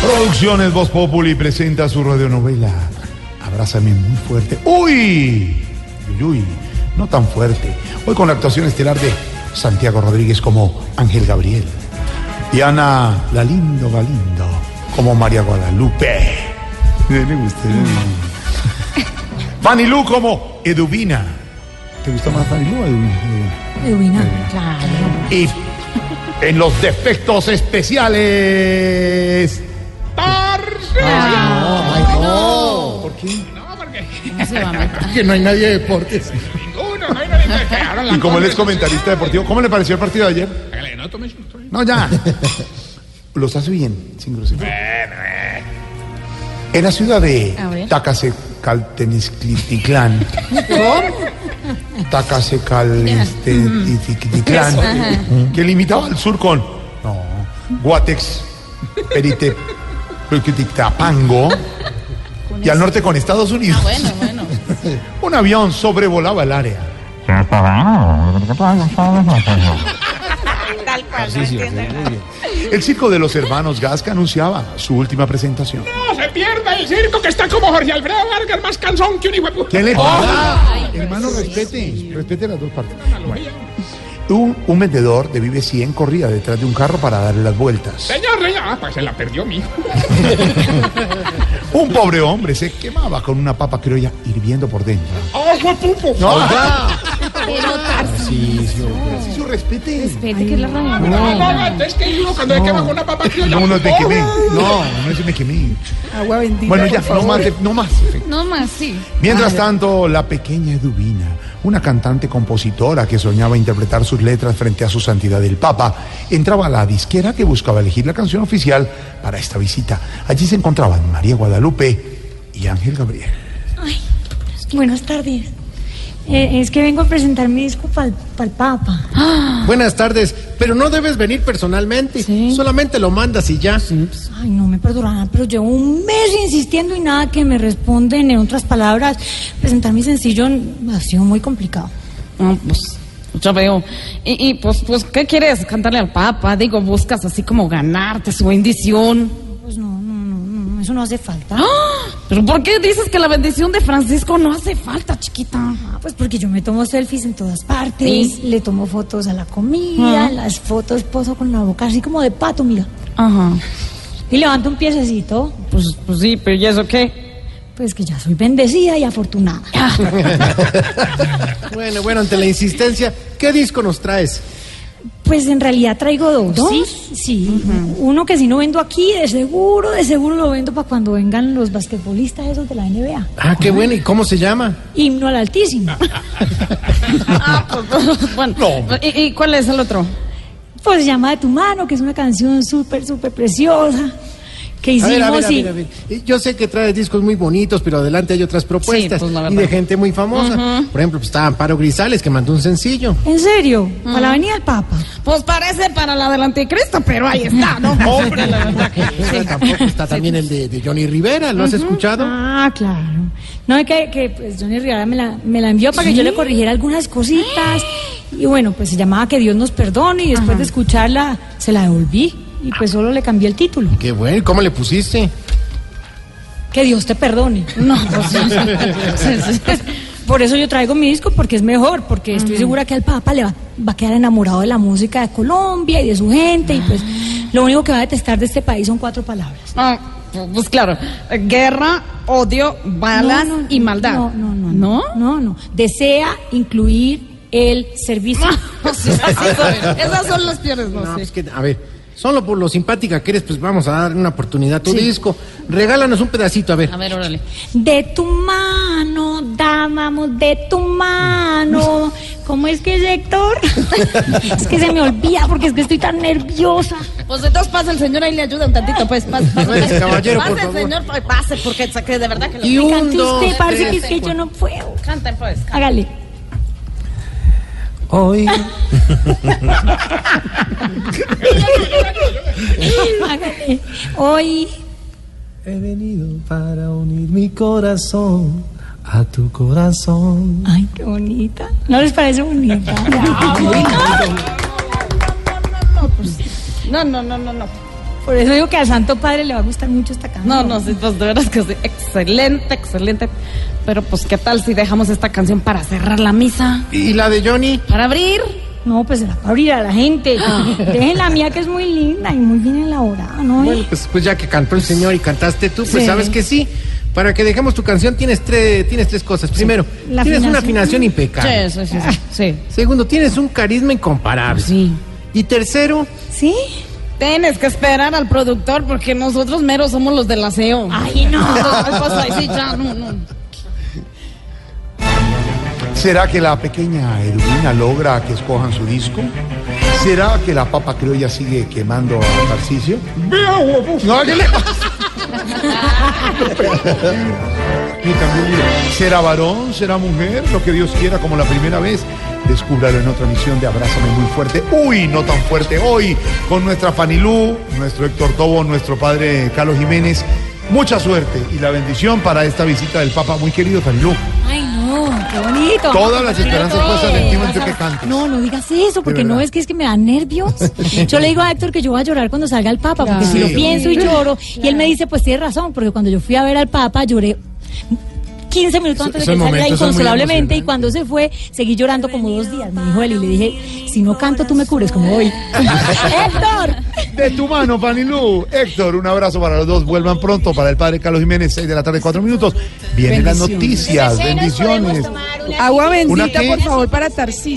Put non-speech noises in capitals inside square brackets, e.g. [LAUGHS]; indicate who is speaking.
Speaker 1: Producciones Voz Populi presenta su radionovela. Abrázame muy fuerte. ¡Uy! Uy, uy, no tan fuerte. Hoy con la actuación estelar de Santiago Rodríguez como Ángel Gabriel. Diana Lalindo Galindo como María Guadalupe. Me gusta. eh. Fanny Lu como Eduvina. ¿Te gusta más Fanny Lu o Eduvina?
Speaker 2: Edwina, claro.
Speaker 1: Y en los defectos especiales. Ah,
Speaker 2: Claro.
Speaker 1: ¿Por qué?
Speaker 2: No se va a meter. Ah,
Speaker 3: que no hay nadie de deportes.
Speaker 4: Ninguno, no hay nadie que ahora la
Speaker 1: Y como él es
Speaker 4: corre,
Speaker 1: comentarista deportivo, ¿cómo le pareció el partido de ayer?
Speaker 4: hágale, no tomes no tomes.
Speaker 1: No, [LAUGHS] ya. Los hace bien, sin grosería. eh. En la ciudad de
Speaker 2: A ver. [LAUGHS]
Speaker 1: Tacasecaltenisclititlán.
Speaker 2: Eso. Ajá.
Speaker 1: Tacasecaltenisclititlán. este, Que limitaba al sur con no, Guatex, Perite, Perquititapango. Y al norte con Estados Unidos.
Speaker 2: Ah, Bueno, bueno.
Speaker 1: Un avión sobrevolaba el área. El circo de los hermanos Gasca anunciaba su última presentación.
Speaker 4: No se pierda el circo que está como Jorge Alfredo Vargas, más cansón que un hijo
Speaker 1: ¿Qué le pasa?
Speaker 2: Ay, pero
Speaker 1: Hermano,
Speaker 2: sí,
Speaker 1: respete, respete las dos partes. Un, un vendedor de Vive 100 corría detrás de un carro para darle las vueltas.
Speaker 4: Señor, señor, ah, pues se la perdió mi hijo.
Speaker 1: Un pobre hombre se quemaba con una papa criolla hirviendo por dentro.
Speaker 4: ¡Oh, fue pupo!
Speaker 2: Pero Tarsi,
Speaker 1: Así su respete.
Speaker 2: Espérate que es la radio.
Speaker 4: No, no, antes que uno cuando se quema con una papa criolla.
Speaker 1: No, no te
Speaker 4: ¡oh!
Speaker 1: quemé. No, no es me quemé.
Speaker 2: Agua bendita.
Speaker 1: Bueno, ya, no más, no más.
Speaker 2: No más, sí.
Speaker 1: Mientras tanto, la pequeña Eduvina, una cantante compositora que soñaba interpretar sus letras frente a su santidad el Papa, entraba a la disquera que buscaba elegir la canción oficial para esta visita. Allí se encontraban María Guadalupe y Ángel Gabriel.
Speaker 5: Ay, buenas tardes. Eh, es que vengo a presentar mi disco para el Papa.
Speaker 3: [GASPS] Buenas tardes, pero no debes venir personalmente,
Speaker 2: Sí.
Speaker 3: solamente lo mandas y ya.
Speaker 5: Ay, no me perdonarán, pero llevo un mes insistiendo y nada que me responden. En otras palabras, presentar mi sencillo ha sido muy complicado.
Speaker 6: No, pues, yo veo. Y, y, pues, pues, ¿qué quieres? Cantarle al Papa. Digo, buscas así como ganarte su bendición.
Speaker 5: Pues no, no, no, no, eso no hace falta.
Speaker 6: ¡Ah! ¿Pero por qué dices que la bendición de Francisco no hace falta, chiquita?
Speaker 5: Ah, Pues porque yo me tomo selfies en todas partes,
Speaker 6: Sí. Ah.
Speaker 5: le tomo fotos a la comida, las fotos poso con la boca así como de pato, mira.
Speaker 6: Ajá.
Speaker 5: Y levanto un piececito,
Speaker 6: Pues, pues sí, pero ¿y eso
Speaker 1: [LAUGHS]
Speaker 6: qué?
Speaker 5: pues que ya soy bendecida y afortunada.
Speaker 3: Bueno, bueno, ante la insistencia, ¿qué disco nos traes?
Speaker 5: Pues en realidad traigo dos. Sí, sí. Uno que si no vendo aquí, de seguro, de seguro lo vendo para cuando vengan los basquetbolistas esos de la NBA.
Speaker 3: Ah, qué bueno, ¿y cómo se llama?
Speaker 5: Himno al
Speaker 3: [LAUGHS]
Speaker 5: altísimo.
Speaker 6: Ah, pues, pues, bueno. ¿Y, y cuál es el otro?
Speaker 5: Pues se llama de tu mano, que es una canción súper, súper preciosa. Que
Speaker 3: A
Speaker 5: hicimos
Speaker 3: ver, a ver, a
Speaker 5: y
Speaker 3: ver, a ver. Eh, Yo sé que traes discos muy bonitos, pero adelante hay otras propuestas
Speaker 6: pues, la
Speaker 3: y
Speaker 6: verdad.
Speaker 3: de gente muy famosa. Por ejemplo, pues, está Amparo Grisales que mandó un sencillo.
Speaker 5: en serio, para la venida del Papa.
Speaker 6: Pues parece para la del anticristo, pero ahí está, ¿no? Hombre, la verdad.
Speaker 3: [LAUGHS] Pero Tampoco está también el de, de Johnny Rivera, ¿lo has escuchado?
Speaker 5: Ah, claro. No, es que, que pues, Johnny Rivera me la, me la envió para que yo le corrigiera algunas cositas. Y bueno, pues se llamaba Que Dios nos perdone y después de escucharla se la devolví y pues solo le cambié el título.
Speaker 3: Qué bueno, ¿y ¿cómo le pusiste?
Speaker 5: Que Dios te perdone.
Speaker 6: [LAUGHS] No,
Speaker 5: [LAUGHS]
Speaker 6: pues sí. sí, sí.
Speaker 5: Por eso yo traigo mi disco, porque es mejor, porque estoy segura que al Papa le va, va a quedar enamorado de la música de Colombia y de su gente, y pues lo único que va a detestar de este país son cuatro palabras.
Speaker 6: Ah, pues claro, guerra, odio, balas
Speaker 5: No, no,
Speaker 6: y maldad.
Speaker 5: No, no, no. No, no, no. Desea incluir el servicio. [LAUGHS]
Speaker 6: No, sí, esas sí son- esas son las peores, no,
Speaker 3: No,
Speaker 6: sé.
Speaker 3: pues que, a ver, solo por lo simpática que eres, pues vamos a dar una oportunidad a tu disco. Regálanos un pedacito, a ver.
Speaker 6: A ver, órale.
Speaker 5: De tu mano, dámamos de tu mano. ¿Cómo es que es Héctor? [LAUGHS] es que se me olvida porque es que estoy tan nerviosa.
Speaker 6: Pues entonces pasa el señor ahí le ayuda un tantito, pues. Pasa,
Speaker 3: Pues, caballero, por
Speaker 6: el
Speaker 3: favor.
Speaker 6: señor, pues, pase, porque se cree de verdad que lo
Speaker 3: Y
Speaker 5: Me
Speaker 3: Un,
Speaker 5: encanta
Speaker 3: dos,
Speaker 5: usted, parece que es
Speaker 3: tres,
Speaker 5: que yo no puedo.
Speaker 6: canten, pues. canten.
Speaker 5: Hágale.
Speaker 3: Hoy
Speaker 5: Hágale. Hoy
Speaker 7: He venido para unir mi corazón a tu corazón.
Speaker 5: Ay, qué bonita. ¿No les parece bonita?
Speaker 6: No, no, no, no, no.
Speaker 5: Por eso digo que al Santo Padre le va a gustar mucho esta canción.
Speaker 6: No, no, sí, pues de veras que sí. Excelente, excelente. Pero pues, ¿qué tal si dejamos esta canción para cerrar la misa?
Speaker 3: ¿Y la de Johnny?
Speaker 6: ¿Para abrir?
Speaker 5: No, pues se la va a abrir a la gente. Dejen la mía que es muy linda y muy bien elaborada, ¿no?
Speaker 3: Bueno, pues, pues ya que cantó el señor y cantaste tú, pues
Speaker 5: Sí.
Speaker 3: sabes que sí. Para que dejemos tu canción tienes tres, tienes tres cosas. Primero,
Speaker 5: La
Speaker 3: tienes una
Speaker 5: afinación.
Speaker 3: afinación impecable.
Speaker 6: Sí, sí, sí. sí, sí.
Speaker 3: Segundo, tienes un carisma incomparable.
Speaker 6: Sí.
Speaker 3: Y tercero,
Speaker 5: ¿Sí?
Speaker 6: Tienes que esperar al productor porque nosotros meros somos los del aseo.
Speaker 5: Ay, no.
Speaker 6: Ay, pasa, ay, sí, ya, no, no.
Speaker 1: ¿Será que la pequeña Erwina logra que escojan su disco? ¿Será que la papa criolla sigue quemando a Tarcisio?
Speaker 4: Vea, huevón.
Speaker 1: No, ¿qué le pasa? Ni también mira, ¿Será varón? ¿Será mujer? Lo que Dios quiera, como la primera vez. Descúbralo en otra misión de Abrázame muy fuerte. Uy, no tan fuerte hoy. Con nuestra Fanilú, nuestro Héctor Tobo, nuestro padre Carlos Jiménez. Mucha suerte y la bendición para esta visita del Papa. Muy querido Fanilú.
Speaker 5: Ay, no, qué bonito.
Speaker 1: Todas las esperanzas
Speaker 5: Pero
Speaker 1: puestas
Speaker 5: todo.
Speaker 1: en ti, momento que cantes.
Speaker 5: No, no digas eso, porque
Speaker 1: verdad.
Speaker 5: no es que es que me da nervios. Yo le digo a Héctor que yo voy a llorar cuando salga el Papa, porque si
Speaker 1: Claro.
Speaker 5: lo
Speaker 1: Sí.
Speaker 5: pienso y lloro, y él me dice, pues tiene razón, porque cuando yo fui a ver al Papa lloré 15 minutos antes de que
Speaker 3: Esos
Speaker 5: él saliera
Speaker 3: momentos son muy
Speaker 5: inconsolablemente, y
Speaker 3: emocionantes.
Speaker 5: cuando se fue, seguí llorando como dos días, me dijo él, y le dije, si no canto, tú me cubres como hoy. [LAUGHS] ¡Héctor!
Speaker 1: De tu mano, Panilú. Héctor, un abrazo para los dos. Vuelvan pronto para el padre Carlos Jiménez, 6 de la tarde, 4 minutos. Vienen las noticias. Bendiciones.
Speaker 2: Agua
Speaker 1: ¿Una
Speaker 2: bendita,
Speaker 1: qué?
Speaker 2: por favor, para Tarcís.